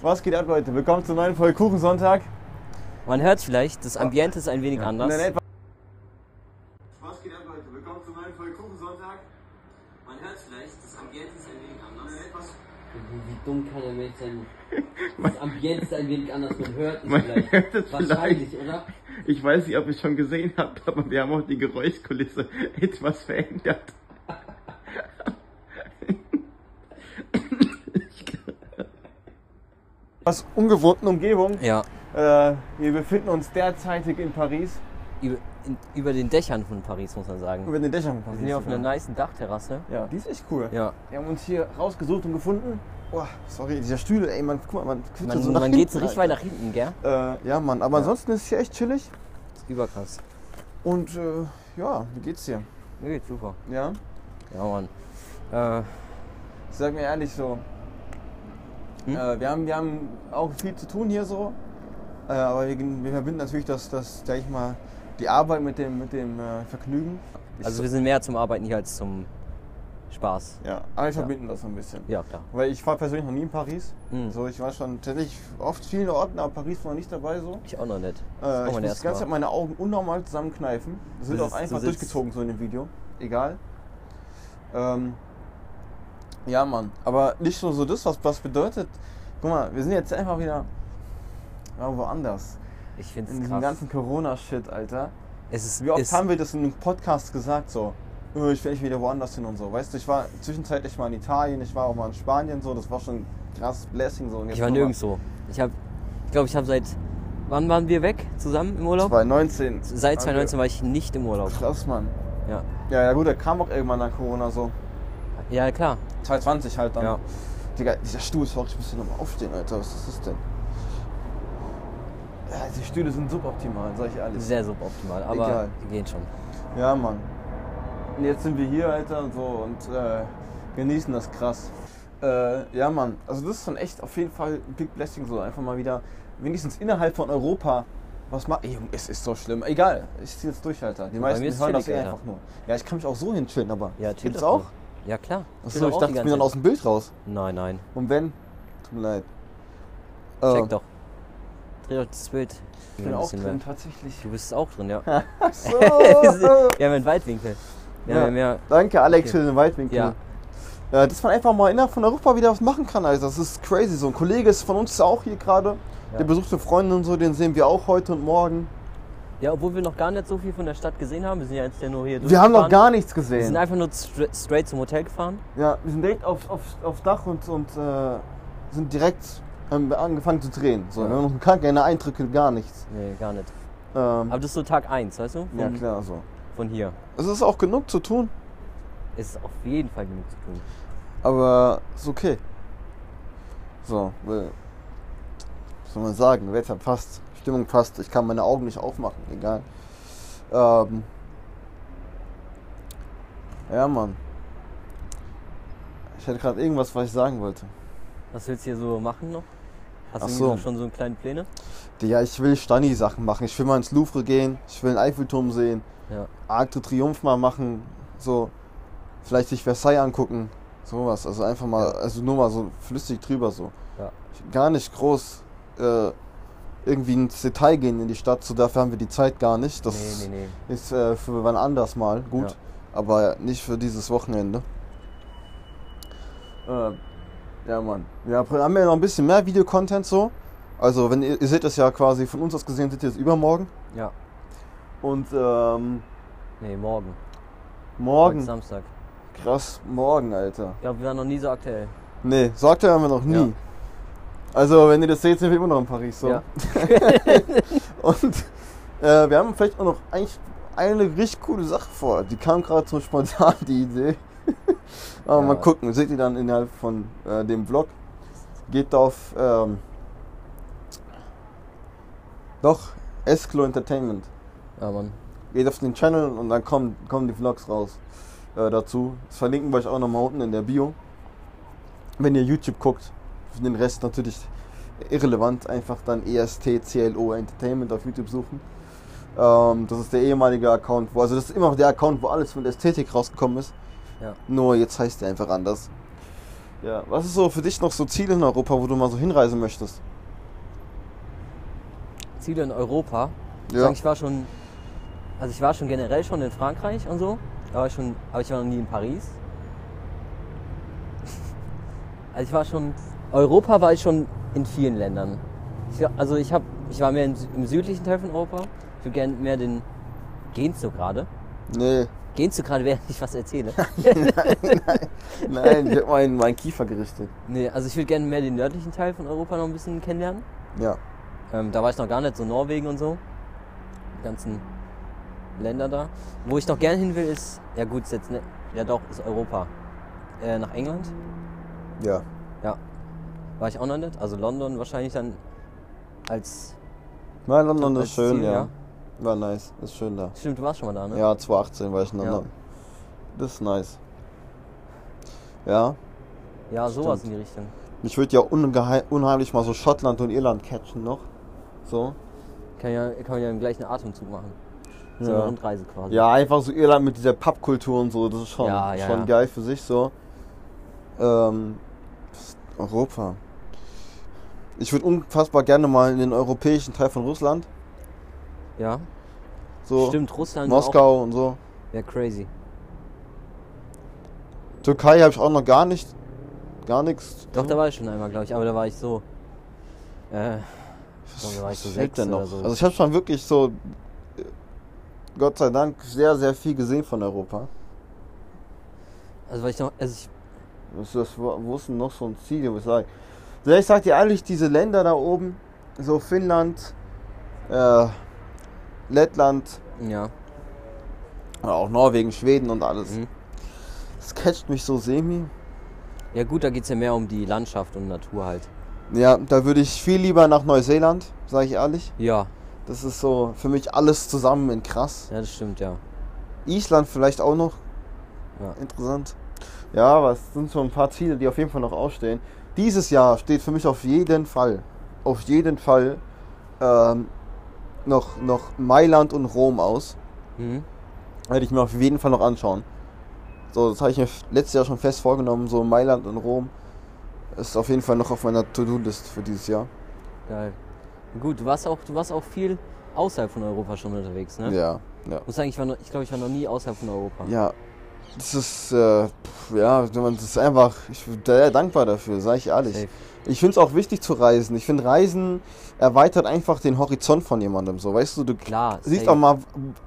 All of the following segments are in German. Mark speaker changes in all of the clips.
Speaker 1: Was geht ab, Leute? Willkommen zur neuen Folge Kuchensonntag.
Speaker 2: Man hört vielleicht, das Ambiente ist ein wenig anders.
Speaker 1: In einer etwa- Was geht ab, Leute? Willkommen zur neuen Folge Kuchensonntag.
Speaker 2: Man hört vielleicht, das Ambiente ist ein wenig anders. Wie dumm kann ein Mensch sein? Das Ambiente ist ein wenig anders, man hört es
Speaker 3: Man
Speaker 2: vielleicht.
Speaker 3: hört es
Speaker 2: Wahrscheinlich, oder?
Speaker 3: Ich weiß nicht, ob ihr es schon gesehen habt, aber wir haben auch die Geräuschkulisse etwas verändert.
Speaker 1: Aus ungewohnten Umgebung.
Speaker 2: Ja,
Speaker 1: Äh, wir befinden uns derzeitig in Paris.
Speaker 2: über, in, über den Dächern von Paris muss man sagen.
Speaker 1: Über den Dächern von
Speaker 2: Wir
Speaker 1: Paris.
Speaker 2: sind hier auf einer
Speaker 1: sogar.
Speaker 2: nice Dachterrasse.
Speaker 1: ja, die ist echt cool.
Speaker 2: Ja,
Speaker 1: Wir haben uns hier rausgesucht und gefunden. Boah, sorry, dieser Stuhl, ey, man, guck mal, man quitscht
Speaker 2: man,
Speaker 1: so nach
Speaker 2: man
Speaker 1: hinten,
Speaker 2: geht so richtig weit
Speaker 1: Alter.
Speaker 2: nach hinten, gell?
Speaker 1: Äh, ja, Mann, aber ansonsten ist es hier echt chillig.
Speaker 2: Das ist überkrass.
Speaker 1: Und äh, ja, wie geht's dir?
Speaker 2: Mir geht's super.
Speaker 1: Ja?
Speaker 2: Ja, Mann. Äh,
Speaker 1: Sag mir ehrlich so.
Speaker 2: Hm?
Speaker 1: Äh, wir, haben, wir haben auch viel zu tun hier so. Äh, aber wir, wir verbinden natürlich das, das, sag ich mal, die Arbeit mit dem, mit dem äh, Vergnügen. Ist
Speaker 2: also
Speaker 1: so-
Speaker 2: wir sind mehr zum Arbeiten hier als zum Spaß.
Speaker 1: ja, aber wir verbinden das so ein bisschen.
Speaker 2: Ja, klar.
Speaker 1: Weil ich war persönlich noch nie in Paris.
Speaker 2: Hm.
Speaker 1: So, ich war schon tatsächlich oft vielen Orten, aber Paris war noch nicht dabei so.
Speaker 2: Ich auch noch nicht. Das ist
Speaker 1: Äh,
Speaker 2: auch
Speaker 1: ich
Speaker 2: mein
Speaker 1: muss die ganze
Speaker 2: erstes
Speaker 1: Zeit
Speaker 2: Mal.
Speaker 1: meine Augen unnormal zusammenkneifen. Das wird
Speaker 2: Du
Speaker 1: auch
Speaker 2: sitzt-
Speaker 1: einfach
Speaker 2: du sitzt-
Speaker 1: durchgezogen so in dem Video. Egal. Ähm, ja, Mann. Aber nicht nur so das, was was bedeutet. Guck mal, wir sind jetzt einfach wieder ja, woanders.
Speaker 2: Ich finde
Speaker 1: In
Speaker 2: es
Speaker 1: diesem
Speaker 2: krass.
Speaker 1: ganzen Corona-Shit, Alter.
Speaker 2: Es ist,
Speaker 1: Wie oft
Speaker 2: ist,
Speaker 1: haben wir das in einem Podcast gesagt so? äh, Ich will nicht wieder woanders hin und so. Weißt du, ich war zwischenzeitlich mal in Italien, ich war auch mal in Spanien so. Das war schon krass Blessing so. Und jetzt
Speaker 2: Ich war
Speaker 1: nochmal-
Speaker 2: nirgendwo. Ich habe, ich glaube, ich habe seit, wann waren wir weg zusammen im Urlaub?
Speaker 1: 2019.
Speaker 2: Seit 2019
Speaker 1: Danke.
Speaker 2: war ich nicht im Urlaub.
Speaker 1: Krass, Mann.
Speaker 2: Ja,
Speaker 1: Ja, ja gut, da kam auch irgendwann nach Corona so.
Speaker 2: ja klar.
Speaker 1: 220 halt dann.
Speaker 2: Ja.
Speaker 1: Digga, dieser Stuhl ist verrückt, ich muss hier nochmal aufstehen, Alter. Was ist das denn? Ja, die Stühle sind suboptimal, sag ich ehrlich.
Speaker 2: Sehr suboptimal, aber
Speaker 1: Egal.
Speaker 2: die gehen schon.
Speaker 1: Ja, Mann. Und jetzt sind wir hier, Alter, und so und äh, genießen das krass. Äh, ja, Mann. Also das ist schon echt auf jeden Fall ein Big Blessing, so einfach mal wieder, wenigstens innerhalb von Europa, was macht. Ey, Junge, es ist so schlimm. Egal, ich zieh jetzt durch, Alter. Die meisten
Speaker 2: mir ist
Speaker 1: hören das eh
Speaker 2: chillig, Alter.
Speaker 1: einfach nur. Ja, ich kann mich auch so hinchillen, aber.
Speaker 2: Ja,
Speaker 1: gibt's
Speaker 2: Telefon.
Speaker 1: auch?
Speaker 2: Ja, klar.
Speaker 1: Achso, ich
Speaker 2: auch
Speaker 1: dachte,
Speaker 2: die
Speaker 1: ich
Speaker 2: ganze
Speaker 1: bin dann
Speaker 2: Zeit.
Speaker 1: aus dem Bild raus.
Speaker 2: Nein, nein.
Speaker 1: Und wenn? Tut mir leid.
Speaker 2: Check
Speaker 1: Äh,
Speaker 2: doch. Dreh doch das Bild.
Speaker 1: Ich bin
Speaker 2: Ein
Speaker 1: auch
Speaker 2: bisschen
Speaker 1: drin,
Speaker 2: mehr.
Speaker 1: tatsächlich.
Speaker 2: Du bist auch drin, ja.
Speaker 1: So.
Speaker 2: wir sind- wir haben einen Weitwinkel. Wir
Speaker 1: Ja.
Speaker 2: haben mehr.
Speaker 1: Danke, Alex, für den Weitwinkel.
Speaker 2: Ja.
Speaker 1: Ja, dass man einfach mal innerhalb von Europa wieder was machen kann, Alter. Das ist crazy. So ein Kollege ist von uns auch hier gerade.
Speaker 2: Ja.
Speaker 1: Der besucht eine Freundin und so, den sehen wir auch heute und morgen.
Speaker 2: ja, obwohl wir noch gar nicht so viel von der Stadt gesehen haben. Wir sind ja jetzt ja nur hier
Speaker 1: Wir haben noch
Speaker 2: durchgefahren.
Speaker 1: gar nichts
Speaker 2: Wir sind
Speaker 1: gesehen.
Speaker 2: einfach nur stra- straight zum Hotel gefahren.
Speaker 1: Ja, wir sind direkt auf, auf, aufs Dach und, und äh, sind direkt haben wir angefangen zu drehen. So,
Speaker 2: Ja.
Speaker 1: wir haben noch einen Krank, keine Eindrücke, gar nichts.
Speaker 2: Nee, gar nicht.
Speaker 1: Ähm,
Speaker 2: Aber das ist so Tag 1, weißt du? Von,
Speaker 1: ja, klar, so.
Speaker 2: von hier.
Speaker 1: Es ist auch genug zu tun,
Speaker 2: Es ist auf jeden Fall genug zu tun.
Speaker 1: aber ist okay. So, weil, was soll man sagen, Wetter passt, Stimmung passt, ich kann meine Augen nicht aufmachen, egal. Ähm, ja, Mann. Ich hatte gerade irgendwas, was ich sagen wollte.
Speaker 2: Was willst du hier so machen noch? Hast
Speaker 1: Ach
Speaker 2: du irgendwie
Speaker 1: so.
Speaker 2: so schon so kleine Pläne?
Speaker 1: Ja, ich will Stani-Sachen machen. Ich will mal ins Louvre gehen. Ich will den Eiffelturm sehen.
Speaker 2: Ja.
Speaker 1: Arc de Triomphe mal machen. So, vielleicht sich Versailles angucken. Sowas. Also einfach mal, also nur mal so flüssig drüber so.
Speaker 2: Ja.
Speaker 1: Gar nicht groß äh, irgendwie ins Detail gehen in die Stadt. So, dafür haben wir die Zeit gar nicht. Das
Speaker 2: nee, nee, nee.
Speaker 1: ist äh, für wann anders mal gut.
Speaker 2: Ja.
Speaker 1: Aber nicht für dieses Wochenende. Äh, ja, Mann. Wir haben- haben ja noch ein bisschen mehr Videocontent so. Also, wenn ihr, ihr seht das ja quasi von uns aus gesehen, seht ihr es übermorgen.
Speaker 2: Ja.
Speaker 1: Und ähm,
Speaker 2: Nee, morgen. Heute ist
Speaker 1: morgen,
Speaker 2: Samstag.
Speaker 1: krass, morgen, Alter.
Speaker 2: Ich glaube, wir waren noch nie so aktuell.
Speaker 1: Nee, sagt er haben wir noch nie.
Speaker 2: Ja.
Speaker 1: Also, wenn ihr das seht, sind wir immer noch in Paris. So.
Speaker 2: Ja.
Speaker 1: Und äh, wir haben vielleicht auch noch eigentlich eine richtig coole Sache vor. Die kam gerade so spontan, die Idee. Aber
Speaker 2: Ja.
Speaker 1: mal gucken, seht ihr dann innerhalb von äh, dem Vlog. Geht auf ähm, doch Esklo Entertainment.
Speaker 2: Ja, Mann.
Speaker 1: Geht auf den Channel und dann kommen, kommen die Vlogs raus äh, dazu. Das verlinken wir euch auch nochmal unten in der Bio. Wenn ihr YouTube guckt, für den Rest natürlich irrelevant, einfach dann E ESTCLO Entertainment auf YouTube suchen. Ähm, das ist der ehemalige Account, wo, also das ist immer noch der Account, wo alles mit Ästhetik rausgekommen ist.
Speaker 2: Ja.
Speaker 1: Nur jetzt heißt er einfach anders. Ja, was ist so für dich noch so Ziele in Europa, wo du mal so hinreisen möchtest?
Speaker 2: Ziele in Europa. Ich
Speaker 1: Ja.
Speaker 2: sag, ich war schon, also ich war schon generell schon in Frankreich und so, aber schon, aber ich war noch nie in Paris. Also ich war schon, Europa war ich schon in vielen Ländern. Ich, also ich habe, ich war mehr im, Sü- im südlichen Teil von Europa. Ich würde gerne mehr den, gehst du gerade?
Speaker 1: Nee,
Speaker 2: Gehst du gerade, während ich was erzähle?
Speaker 1: nein, ich hab meinen mein Kiefer gerichtet.
Speaker 2: nee, also ich würde gerne mehr den nördlichen Teil von Europa noch ein bisschen kennenlernen.
Speaker 1: Ja.
Speaker 2: Ähm, da war ich noch gar nicht, so Norwegen und so. Die ganzen Länder da. Wo ich noch gern hin will, ist, ja gut, ist jetzt ne, ja doch, ist Europa. Äh, nach England
Speaker 1: Ja.
Speaker 2: war ich auch noch nicht. Also London wahrscheinlich dann als.
Speaker 1: Na, London ist
Speaker 2: als
Speaker 1: schön,
Speaker 2: Ziel,
Speaker 1: ja.
Speaker 2: ja.
Speaker 1: War nice, ist schön da.
Speaker 2: Stimmt, du warst schon mal da, ne?
Speaker 1: Ja, 2018 war ich in
Speaker 2: Ja.
Speaker 1: London. Das ist nice. Ja,
Speaker 2: Ja, sowas
Speaker 1: Stimmt.
Speaker 2: in die Richtung.
Speaker 1: mich würde ja ungeheim, unheimlich mal so Schottland und Irland catchen noch. So.
Speaker 2: Kann, ja, kann man ja im gleichen Atemzug machen. So eine
Speaker 1: Ja.
Speaker 2: Rundreise quasi.
Speaker 1: ja, einfach so Irland mit dieser Pubkultur und so, das ist schon,
Speaker 2: Ja, ja,
Speaker 1: schon
Speaker 2: ja.
Speaker 1: geil für sich so. Ähm, das- Europa. Ich würde unfassbar gerne mal in den europäischen Teil von Russland.
Speaker 2: Ja.
Speaker 1: So
Speaker 2: Stimmt, Russland war
Speaker 1: Moskau und so.
Speaker 2: Auch, ja, crazy.
Speaker 1: Türkei habe ich auch noch gar nicht. Gar nichts.
Speaker 2: Doch, da war ich schon einmal, glaube ich, aber da war ich so. Äh, Junge, war ich so sechs
Speaker 1: denn
Speaker 2: oder
Speaker 1: noch?
Speaker 2: so.
Speaker 1: Also ich habe schon wirklich so, äh, Gott sei Dank, sehr, sehr viel gesehen von Europa.
Speaker 2: also weil ich noch. Also ich,
Speaker 1: Das, das, wo wo ist denn noch so ein Ziel, wo ich sage? Ich sag dir ehrlich, diese Länder da oben, so Finnland, äh, Lettland,
Speaker 2: ja.
Speaker 1: oder auch Norwegen, Schweden und alles.
Speaker 2: Mhm.
Speaker 1: Das catcht mich so semi.
Speaker 2: Ja gut, da geht es ja mehr um die Landschaft und Natur halt.
Speaker 1: Ja, da würde ich viel lieber nach Neuseeland, sage ich ehrlich.
Speaker 2: Ja,
Speaker 1: Das ist so für mich alles zusammen in krass.
Speaker 2: ja das stimmt, ja.
Speaker 1: Island vielleicht auch noch.
Speaker 2: Ja.
Speaker 1: Interessant. Ja, aber es sind so ein paar Ziele, die auf jeden Fall noch ausstehen. Dieses Jahr steht für mich auf jeden Fall, auf jeden Fall ähm, noch, noch Mailand und Rom aus.
Speaker 2: Mhm.
Speaker 1: Werde ich mir auf jeden Fall noch anschauen. So, das habe ich mir f- letztes Jahr schon fest vorgenommen, so Mailand und Rom ist auf jeden Fall noch auf meiner To-Do-List für dieses Jahr.
Speaker 2: Geil. Gut, du warst auch, du warst auch viel außerhalb von Europa schon unterwegs, ne?
Speaker 1: Ja, ja.
Speaker 2: Ich muss sagen, ich, war noch- ich glaube, ich war noch nie außerhalb von Europa.
Speaker 1: Ja, das ist, äh, pf, ja, wenn man- das ist einfach, ich bin sehr dankbar dafür, sage ich ehrlich.
Speaker 2: Safe.
Speaker 1: Ich finde es auch wichtig zu reisen. Ich finde, Reisen erweitert einfach den Horizont von jemandem. So, weißt du, du
Speaker 2: Klar,
Speaker 1: siehst
Speaker 2: safe.
Speaker 1: auch mal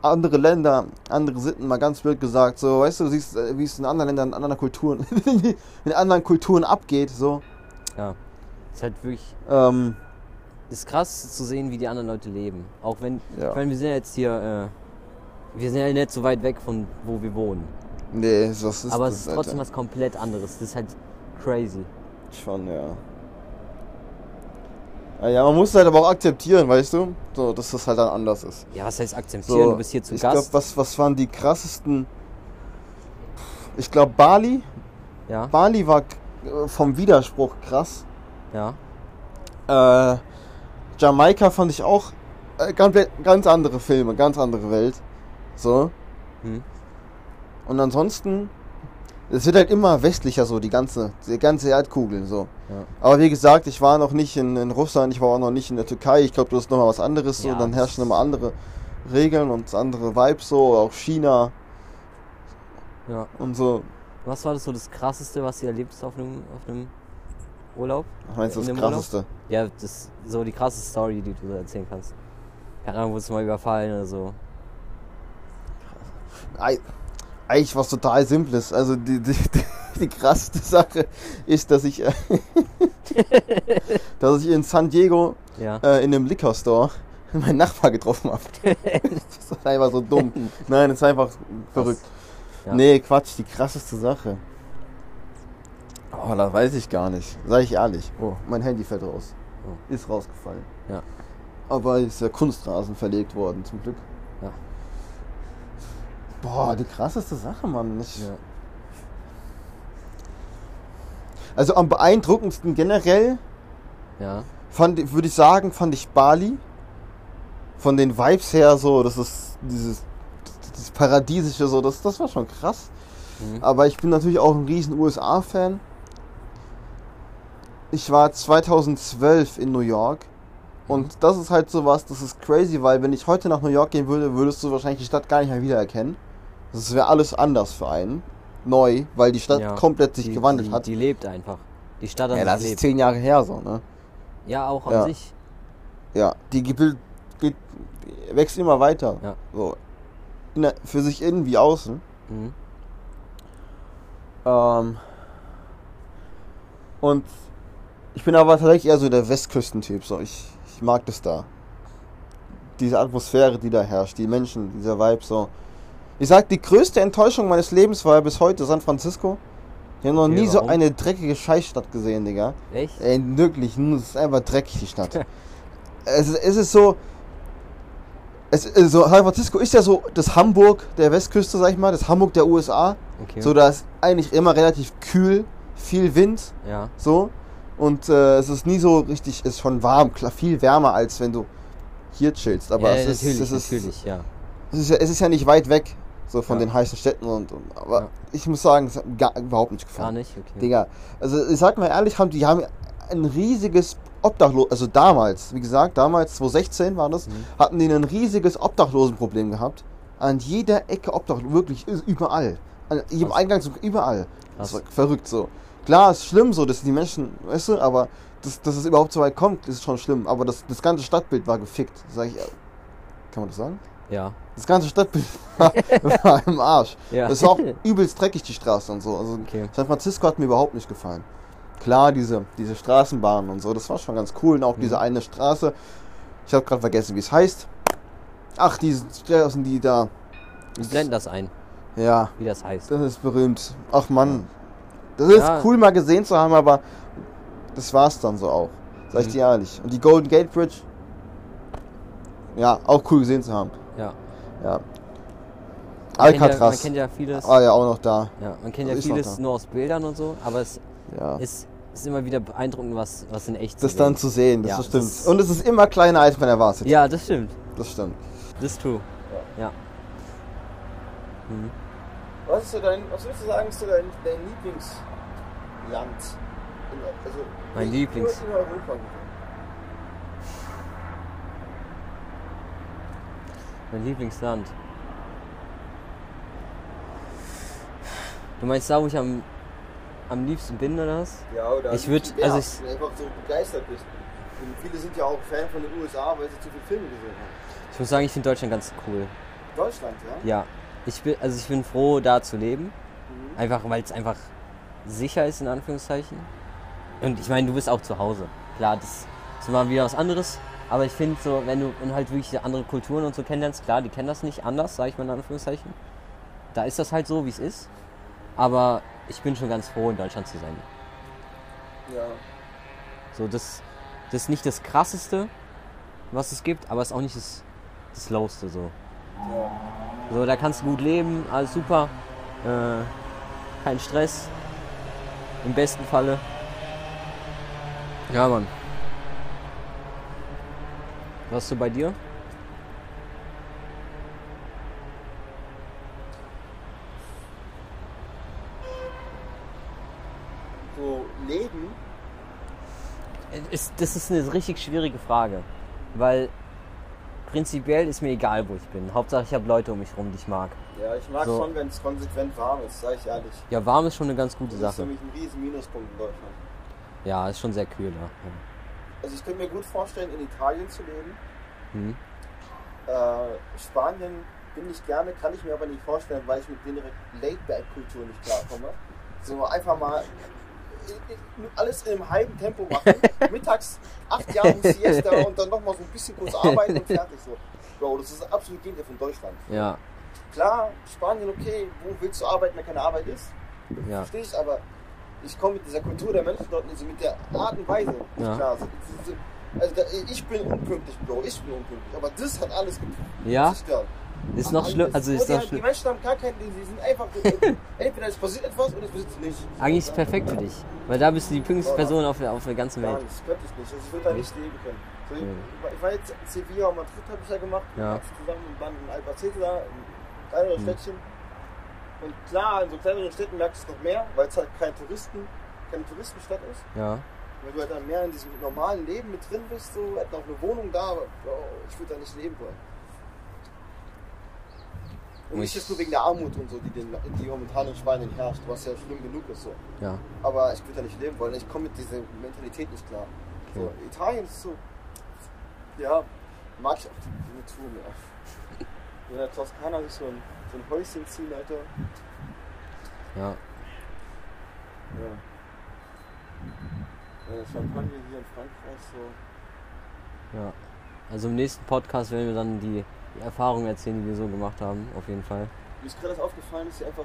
Speaker 1: andere Länder, andere Sitten, mal ganz blöd gesagt. So, weißt du, du siehst, äh, wie es in anderen Ländern, in anderen Kulturen, in anderen Kulturen abgeht. So,
Speaker 2: Ja. Ist halt wirklich.
Speaker 1: ähm,
Speaker 2: Ist krass zu sehen, wie die anderen Leute leben. Auch wenn.
Speaker 1: Ja.
Speaker 2: Ich meine, wir sind ja jetzt hier. Äh, wir sind ja nicht so weit weg von wo wir wohnen.
Speaker 1: nee, das ist,
Speaker 2: Aber
Speaker 1: das,
Speaker 2: es ist trotzdem
Speaker 1: Alter.
Speaker 2: was komplett anderes. Das ist halt crazy.
Speaker 1: Schon, ja. Ah Ja, man muss es halt aber auch akzeptieren, weißt du? So, dass das halt dann anders ist.
Speaker 2: Ja, was heißt
Speaker 1: So,
Speaker 2: akzeptieren? du bist hier zu
Speaker 1: ich
Speaker 2: Gast.
Speaker 1: Glaub, was, was waren die krassesten? Ich glaube, Bali.
Speaker 2: ja,
Speaker 1: Bali war äh, vom Widerspruch krass.
Speaker 2: ja.
Speaker 1: Äh, Jamaika fand ich auch äh, ganz, ganz andere Filme, ganz andere Welt. So.
Speaker 2: Hm.
Speaker 1: Und ansonsten, es wird halt immer westlicher so, die ganze, die ganze Erdkugel. So.
Speaker 2: Ja.
Speaker 1: Aber wie gesagt, ich war noch nicht in, in Russland, ich war auch noch nicht in der Türkei. Ich glaube, das ist nochmal was anderes. So.
Speaker 2: Ja,
Speaker 1: Dann
Speaker 2: das
Speaker 1: herrschen
Speaker 2: ist-
Speaker 1: nochmal andere Regeln und andere Vibes so, auch China
Speaker 2: ja.
Speaker 1: und so.
Speaker 2: Was war das so das krasseste, was ihr erlebt habt auf einem, auf einem Urlaub?
Speaker 1: Was meinst du,
Speaker 2: In
Speaker 1: das
Speaker 2: dem Urlaub?
Speaker 1: krasseste?
Speaker 2: Ja, das ist so die krasse Story, die du so erzählen kannst. Keine Ahnung, wurdest du mal überfallen oder so.
Speaker 1: Ei- Eigentlich was total Simples. Also die, die, die, die krasseste Sache ist, dass ich, äh, dass ich in San Diego
Speaker 2: Ja.
Speaker 1: äh, in einem Liquor Store meinen Nachbar getroffen habe. das ist einfach so dumm. Nein, das ist einfach verrückt.
Speaker 2: Ja.
Speaker 1: Nee, Quatsch, die krasseste Sache. Oh, das weiß ich gar nicht. Sag ich ehrlich. Oh, mein Handy fällt raus.
Speaker 2: Oh.
Speaker 1: Ist rausgefallen.
Speaker 2: Ja.
Speaker 1: Aber ist ja Kunstrasen verlegt worden, zum Glück.
Speaker 2: Ja.
Speaker 1: Boah, die krasseste Sache, Mann. Ich,
Speaker 2: Ja.
Speaker 1: Also am beeindruckendsten generell
Speaker 2: Ja.
Speaker 1: fand, würde ich sagen, fand ich Bali. Von den Vibes her so, das ist dieses, dieses paradiesische so, das, das war schon krass.
Speaker 2: Mhm.
Speaker 1: Aber ich bin natürlich auch ein riesen USA-Fan. ich war 2012 in New York
Speaker 2: Mhm.
Speaker 1: und das ist halt sowas, das ist crazy, weil wenn ich heute nach New York gehen würde, würdest du wahrscheinlich die Stadt gar nicht mehr wiedererkennen. Das wäre alles anders für einen. Neu, weil die Stadt
Speaker 2: Ja,
Speaker 1: komplett sich
Speaker 2: die,
Speaker 1: gewandelt
Speaker 2: die,
Speaker 1: hat.
Speaker 2: Die lebt einfach. Die Stadt an
Speaker 1: ja, das
Speaker 2: sich
Speaker 1: ist
Speaker 2: lebt.
Speaker 1: zehn Jahre her so, ne?
Speaker 2: Ja, auch an
Speaker 1: Ja.
Speaker 2: sich.
Speaker 1: Ja, die Gebild geht, wächst immer weiter.
Speaker 2: Ja.
Speaker 1: So. Inner- für sich innen wie außen.
Speaker 2: Mhm.
Speaker 1: Ähm, und ich bin aber tatsächlich eher so der Westküstentyp. So. Ich, ich mag das da. Diese Atmosphäre, die da herrscht, die Menschen, dieser Vibe. So. Ich sag, die größte Enttäuschung meines Lebens war bis heute San Francisco. Ich habe noch
Speaker 2: Okay,
Speaker 1: nie so
Speaker 2: warum?
Speaker 1: eine dreckige Scheißstadt gesehen, Digga.
Speaker 2: Echt?
Speaker 1: Ey, wirklich, nun, es ist einfach dreckig, die Stadt. es, ist, es ist so. Es ist so, San Francisco ist ja so das Hamburg der Westküste, sag ich mal, das Hamburg der USA.
Speaker 2: Okay.
Speaker 1: So, da ist eigentlich immer relativ kühl, viel Wind,
Speaker 2: ja.
Speaker 1: so. Und äh, es ist nie so richtig, es ist schon warm, klar, viel wärmer, als wenn du hier chillst. Aber
Speaker 2: ja,
Speaker 1: es, ist,
Speaker 2: natürlich,
Speaker 1: es, ist,
Speaker 2: natürlich, ja.
Speaker 1: es ist ja, es ist ja nicht weit weg, so von
Speaker 2: Ja.
Speaker 1: den heißen Städten und, und aber
Speaker 2: Ja.
Speaker 1: ich muss sagen, es hat mir gar, überhaupt nicht
Speaker 2: Gar
Speaker 1: gefallen.
Speaker 2: nicht, okay.
Speaker 1: Digga, also ich sag mal ehrlich, haben, die haben ein riesiges Obdachlos, also damals, wie gesagt, damals 2016 war das,
Speaker 2: Mhm.
Speaker 1: hatten die ein riesiges Obdachlosenproblem gehabt. An jeder Ecke Obdachlosen, wirklich ist überall. An jedem
Speaker 2: Krass.
Speaker 1: Eingang, überall.
Speaker 2: Krass.
Speaker 1: Das war verrückt so. Klar, ist schlimm so, dass die Menschen, weißt du, aber dass, dass es überhaupt so weit kommt, ist schon schlimm. Aber das, das ganze Stadtbild war gefickt, sag ich. äh, Kann man das sagen?
Speaker 2: Ja.
Speaker 1: Das ganze Stadtbild war, war im Arsch.
Speaker 2: Ja.
Speaker 1: Es war auch übelst dreckig, die Straße und so. Also
Speaker 2: Okay.
Speaker 1: San Francisco hat mir überhaupt nicht gefallen. Klar, diese, diese Straßenbahnen und so, das war schon ganz cool. Und auch
Speaker 2: Mhm.
Speaker 1: diese eine Straße, ich habe gerade vergessen, wie es heißt. Ach, diese Straßen, die da.
Speaker 2: Ich blende das ein,
Speaker 1: Ja,
Speaker 2: wie das heißt.
Speaker 1: das ist berühmt. Ach Mann. Das ist
Speaker 2: Ja.
Speaker 1: cool mal gesehen zu haben, aber das war's dann so auch. Sag ich
Speaker 2: Mhm.
Speaker 1: dir ehrlich. Und die Golden Gate Bridge. Ja, auch cool gesehen zu haben.
Speaker 2: Ja.
Speaker 1: Ja.
Speaker 2: Man kennt
Speaker 1: Alcatraz.
Speaker 2: Ja, man kennt ja vieles.
Speaker 1: war ja auch noch da.
Speaker 2: Ja, man kennt ja
Speaker 1: Also ist noch
Speaker 2: vieles
Speaker 1: da.
Speaker 2: nur aus Bildern und so, aber es
Speaker 1: Ja.
Speaker 2: ist, ist immer wieder beeindruckend, was, was in echt
Speaker 1: das
Speaker 2: zu
Speaker 1: dann
Speaker 2: sehen
Speaker 1: zu sehen, das
Speaker 2: Ja,
Speaker 1: stimmt.
Speaker 2: das ist-
Speaker 1: und es ist immer kleiner, als man erwartet.
Speaker 2: ist. Ja, das stimmt.
Speaker 1: Das stimmt.
Speaker 2: Das ist true. Ja. Mhm.
Speaker 1: Was, ist so dein, was würdest du sagen, ist so dein, dein Lieblingsland? In, also,
Speaker 2: Mein
Speaker 1: nicht nur
Speaker 2: Lieblings-
Speaker 1: in Europa.
Speaker 2: Mein Lieblingsland. Du meinst da, wo ich am, am liebsten bin, oder was?
Speaker 1: Ja, oder
Speaker 2: Ich würd-
Speaker 1: ja,
Speaker 2: also ich-
Speaker 1: wenn du einfach so begeistert bist. Und viele sind ja auch Fan von den USA, weil sie zu viele Filme gesehen haben.
Speaker 2: Ich muss sagen, ich finde Deutschland ganz cool.
Speaker 1: Deutschland, ja?
Speaker 2: Ja. Ich bin, also ich bin froh, da zu leben.
Speaker 1: Mhm.
Speaker 2: Einfach, weil es einfach sicher ist, in Anführungszeichen. Und ich meine, du bist auch zu Hause. Klar, das ist mal wieder was anderes. Aber ich finde so, wenn du wenn du halt wirklich andere Kulturen und so kennenlernst, klar, die kennen das nicht anders, sage ich mal in Anführungszeichen. Da ist das halt so, wie es ist. Aber ich bin schon ganz froh, in Deutschland zu sein.
Speaker 1: Ja.
Speaker 2: So, das, das ist nicht das krasseste, was es gibt, aber es ist auch nicht das, das Lowste so.
Speaker 1: ja.
Speaker 2: So, da kannst du gut leben, alles super. Äh, kein Stress. Im besten Falle. Ja, Mann. Was so bei dir?
Speaker 1: So, Leben.
Speaker 2: Ist, das ist eine richtig schwierige Frage. Weil prinzipiell ist mir egal, wo ich bin. Hauptsache, ich habe Leute um mich rum, die ich mag.
Speaker 1: Ja, ich mag
Speaker 2: So.
Speaker 1: schon, wenn es konsequent warm ist, sag ich ehrlich.
Speaker 2: Ja, warm ist schon eine ganz gute
Speaker 1: Das ist für
Speaker 2: Sache.
Speaker 1: mich ein riesen Minuspunkt in Deutschland.
Speaker 2: Ja, ist schon sehr kühl da.
Speaker 1: Also ich könnte mir gut vorstellen, in Italien zu leben.
Speaker 2: Mhm.
Speaker 1: Äh, Spanien bin ich gerne, kann ich mir aber nicht vorstellen, weil ich mit deren Laidback-Kultur nicht klarkomme. So einfach mal i- i- alles im halben Tempo machen. Mittags acht Jahre Siesta und dann nochmal so ein bisschen kurz arbeiten und fertig so. Bro, das ist absolut Gegenteil von Deutschland.
Speaker 2: Ja. Ja,
Speaker 1: Klar, Spanien okay, wo willst du arbeiten, wenn keine Arbeit ist?
Speaker 2: ja.
Speaker 1: verstehe ich, aber ich komme mit dieser Kultur der Menschen dort nicht, so mit der Art und Weise nicht
Speaker 2: Ja.
Speaker 1: klar. So, so, so, also da, ich bin unpünktlich, Bro, ich bin unpünktlich, aber das hat alles gepünktlich.
Speaker 2: Ja?
Speaker 1: gestört.
Speaker 2: Ist noch schlimm. Also
Speaker 1: Und
Speaker 2: ist noch
Speaker 1: die, halt, die
Speaker 2: schlimm.
Speaker 1: Menschen haben gar keinen, die, die sind einfach, so, entweder es passiert etwas oder es passiert nicht.
Speaker 2: Eigentlich ist es perfekt für dich. Weil da bist du die pünktlichste
Speaker 1: Oder?
Speaker 2: Person auf der, auf der ganzen
Speaker 1: Gar
Speaker 2: Welt.
Speaker 1: nicht, das könnte ich nicht, also ich würde da nicht leben können. So, ich,
Speaker 2: Ja.
Speaker 1: ich war jetzt in Sevilla und Madrid, habe ich ja gemacht,
Speaker 2: Ja. Mhm.
Speaker 1: und zusammen mit Band in Albacete da, in kleineren Städtchen. Und klar, in so kleineren Städten merkst du es noch mehr, weil es halt keine Touristen, keine Touristenstadt ist.
Speaker 2: Ja.
Speaker 1: Wenn du halt dann mehr in diesem normalen Leben mit drin bist, so wir hätten auch eine Wohnung da, aber oh, ich würde da nicht leben wollen. Und nicht jetzt nur wegen der Armut und so, die, den, die momentan in Spanien herrscht, was ja schlimm genug ist so.
Speaker 2: Ja.
Speaker 1: Aber ich würde da nicht leben wollen. Ich komme mit dieser Mentalität nicht klar. So, Italien ist so. Ja, mag ich auch die, die Natur mehr. In der Toskana sich so ein, so ein Häuschen ziehen, Alter.
Speaker 2: Ja.
Speaker 1: Ja. Äh, Champagne hier in Frankreich so.
Speaker 2: Ja. Also im nächsten Podcast werden wir dann die, die Erfahrungen erzählen, die wir so gemacht haben, auf jeden Fall.
Speaker 1: Mir ist gerade das aufgefallen, dass hier einfach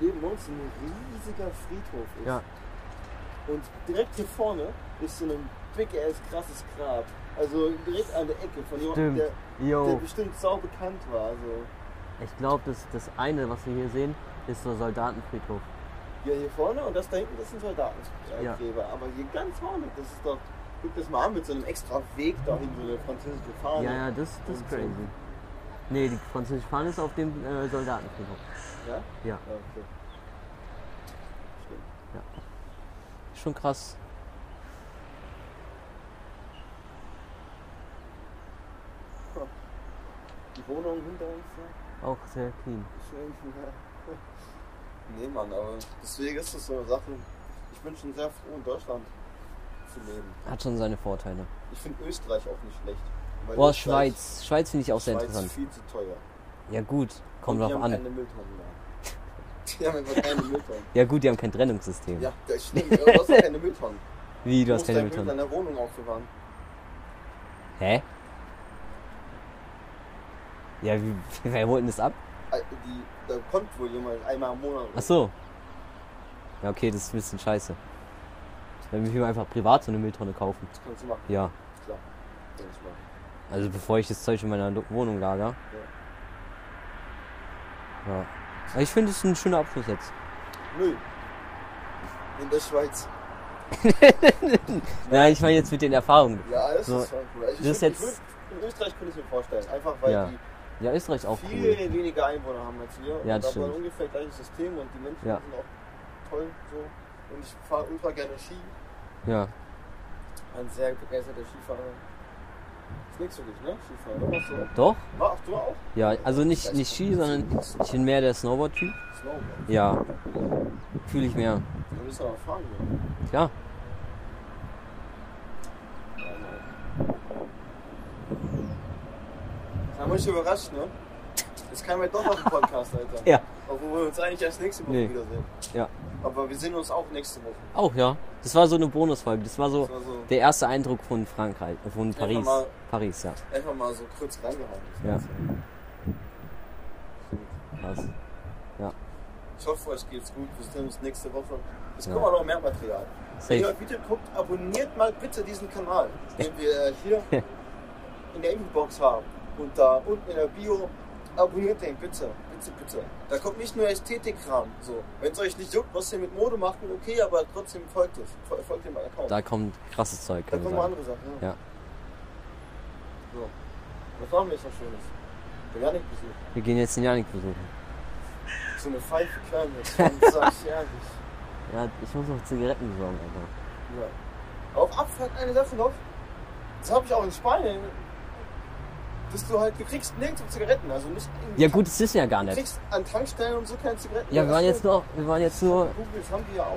Speaker 1: neben uns so ein riesiger Friedhof ist.
Speaker 4: Ja.
Speaker 1: Und direkt hier vorne ist so ein big ass krasses Grab. Also direkt an der Ecke von jemandem,
Speaker 2: Stimmt. Oh.
Speaker 1: der, der
Speaker 2: Yo,
Speaker 1: bestimmt sau bekannt war. Also.
Speaker 2: ich glaube, das, das eine, was wir hier sehen, ist der Soldatenfriedhof.
Speaker 1: Ja, hier vorne und das da hinten, das sind Soldatengräber. Aber hier ganz vorne, das ist doch. Guck das mal an mit so einem extra Weg dahin, so eine französische Fahne.
Speaker 2: Ja, ja, das, das ist
Speaker 1: Und so.
Speaker 2: crazy. Nee, die französische Fahne ist auf dem äh, Soldatenfriedhof.
Speaker 1: Ja?
Speaker 2: Ja.
Speaker 1: Okay.
Speaker 2: Schon krass.
Speaker 1: Die Wohnung hinter uns, ja.
Speaker 2: Auch sehr clean.
Speaker 1: Schön, ja. Nee, Mann, aber deswegen ist das so eine Sache. Ich bin schon sehr froh, in Deutschland zu leben.
Speaker 2: Hat schon seine Vorteile.
Speaker 1: Ich finde Österreich auch nicht schlecht. weil
Speaker 2: Boah,
Speaker 1: Österreich-
Speaker 2: Schweiz. Schweiz finde ich auch sehr
Speaker 1: Schweiz
Speaker 2: interessant.
Speaker 1: ist viel zu teuer.
Speaker 2: Ja gut, kommt
Speaker 1: Und die
Speaker 2: drauf
Speaker 1: haben
Speaker 2: an.
Speaker 1: keine Mülltonnen mehr. Die haben einfach keine Mülltonnen.
Speaker 2: Ja gut, die haben kein Trennungssystem.
Speaker 1: Ja, das stimmt. Du hast doch keine Mülltonnen.
Speaker 2: Wie, du
Speaker 1: Du
Speaker 2: hast
Speaker 1: musst
Speaker 2: keine
Speaker 1: dein Müll in
Speaker 2: Mülltonne?
Speaker 1: deiner Wohnung aufbewahren.
Speaker 2: Hä? Ja, wie, wer holt denn das ab?
Speaker 1: Äh, Die, da kommt wohl jemand einmal im Monat.
Speaker 2: Ach so. Ja, okay, das ist ein bisschen scheiße. Wenn wir einfach privat so eine Mülltonne kaufen.
Speaker 1: Das kannst du machen,
Speaker 2: Ja,
Speaker 1: klar. Denk ich mal.
Speaker 2: also bevor ich das Zeug in meiner Lo- Wohnung lager. Ja. Aber ich finde, es ist ein schöner Abschluss jetzt.
Speaker 1: Müll. In der Schweiz.
Speaker 2: Nein, ich meine jetzt mit den Erfahrungen.
Speaker 1: Ja, das
Speaker 2: So,
Speaker 1: ist schon cool. Also ich
Speaker 2: das ist
Speaker 1: würd-
Speaker 2: jetzt-
Speaker 1: ich würd- in Österreich könnte ich mir vorstellen. Einfach weil
Speaker 2: Ja.
Speaker 1: die
Speaker 2: Ja, Österreich auch
Speaker 1: viel
Speaker 2: cool.
Speaker 1: weniger Einwohner haben als wir.
Speaker 2: Ja,
Speaker 1: und
Speaker 2: das
Speaker 1: aber
Speaker 2: stimmt.
Speaker 1: ungefähr gleiches System und die Menschen
Speaker 2: Ja.
Speaker 1: sind auch toll so. Und ich fahre ultra gerne Ski.
Speaker 2: Ja,
Speaker 1: Ein sehr begeisterter Skifahrer. Ist nichts für dich, ne? Skifahren. Oder was so? Ah,
Speaker 2: doch?
Speaker 1: Ach, du auch?
Speaker 2: Ja, also nicht, nicht Ski, sondern ich bin mehr der Snowboard-Typ.
Speaker 1: Snowboard.
Speaker 2: Ja, fühle ich
Speaker 1: Da
Speaker 2: mehr.
Speaker 1: müssen wir mal fahren, ne?
Speaker 2: Ja,
Speaker 1: Ja, Da haben wir uns überrascht, ne? Das kam ja doch noch ein Podcast, Alter.
Speaker 2: Ja.
Speaker 1: Obwohl wir uns eigentlich erst nächste Woche
Speaker 2: Nee.
Speaker 1: wiedersehen.
Speaker 2: Ja.
Speaker 1: Aber wir sehen uns auch nächste Woche.
Speaker 2: auch ja. Das war so eine Bonusfolge. Das war so
Speaker 1: Das war so
Speaker 2: der erste Eindruck von Frankreich, äh, von Paris.
Speaker 1: mal-
Speaker 2: Paris, ja.
Speaker 1: einfach mal so kurz reingehauen.
Speaker 2: Ja. Krass.
Speaker 1: Ich hoffe, euch geht's gut. Wir sehen uns nächste Woche. Es
Speaker 2: Ja.
Speaker 1: kommt auch noch mehr Material. Wenn ihr
Speaker 2: Safe.
Speaker 1: euch Video guckt, abonniert mal bitte diesen Kanal, den wir äh, hier in der Infobox haben. Und da unten in der Bio, abonniert den bitte. Bitte, bitte. Da kommt nicht nur Ästhetikkram. So. Wenn es euch nicht juckt, was ihr mit Mode macht, okay, aber trotzdem folgt es. Fol- Folgt dem Account.
Speaker 2: Da kommt krasses Zeug.
Speaker 1: da
Speaker 2: Kann ich
Speaker 1: kommen noch
Speaker 2: sagen.
Speaker 1: andere Sachen.
Speaker 2: Ja.
Speaker 1: So. Was machen wir jetzt noch Schönes? Der Janik besucht.
Speaker 2: Wir gehen jetzt den Janik besuchen.
Speaker 1: So eine Pfeife klein jetzt. Und sag ich ehrlich.
Speaker 2: Ja, ich muss noch Zigaretten besorgen, Alter.
Speaker 1: Ja. Auf Abfahrt eine Sache noch. Das habe ich auch in Spanien. Dass du halt, du kriegst nirgendwo Zigaretten. Also nicht in,
Speaker 2: Ja gut, das ist ja gar
Speaker 1: du
Speaker 2: nicht.
Speaker 1: kriegst an Tankstellen und so keine Zigaretten.
Speaker 2: Ja, wir waren
Speaker 1: Also,
Speaker 2: jetzt nur, wir waren jetzt nur,
Speaker 1: Google, das haben die ja auch.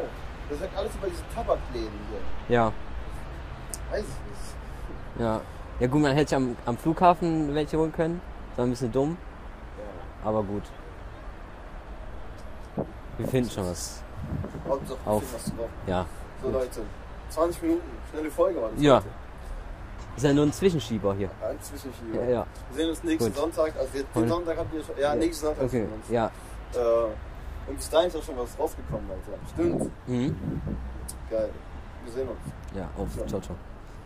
Speaker 1: Das sagt alles über diese Tabakläden hier.
Speaker 2: ja,
Speaker 1: Weiß ich nicht.
Speaker 2: ja. Ja gut, man hätte ja am, am Flughafen welche holen können. Das war ein bisschen dumm,
Speaker 1: Ja.
Speaker 2: aber gut. Wir finden schon was.
Speaker 1: Hauptsache,
Speaker 2: Auf.
Speaker 1: viel was drauf.
Speaker 2: Ja.
Speaker 1: So Leute, 20 Minuten, schnelle Folge war das.
Speaker 2: Ja.
Speaker 1: heute.
Speaker 2: Ist ja nur ein Zwischenschieber hier.
Speaker 1: Ein Zwischenschieber.
Speaker 2: Ja, ja.
Speaker 1: Wir sehen uns nächsten
Speaker 2: Gut.
Speaker 1: Sonntag. Also jetzt,
Speaker 2: Voll.
Speaker 1: den Sonntag habt ihr schon. Ja, nächsten Sonntag
Speaker 2: Okay.
Speaker 1: sehen wir uns.
Speaker 2: Ja.
Speaker 1: Äh, und bis dahin ist auch schon was rausgekommen, Alter. Stimmt.
Speaker 2: Mhm.
Speaker 1: Geil. Wir sehen uns.
Speaker 2: Ja, auf. Ciao, ciao.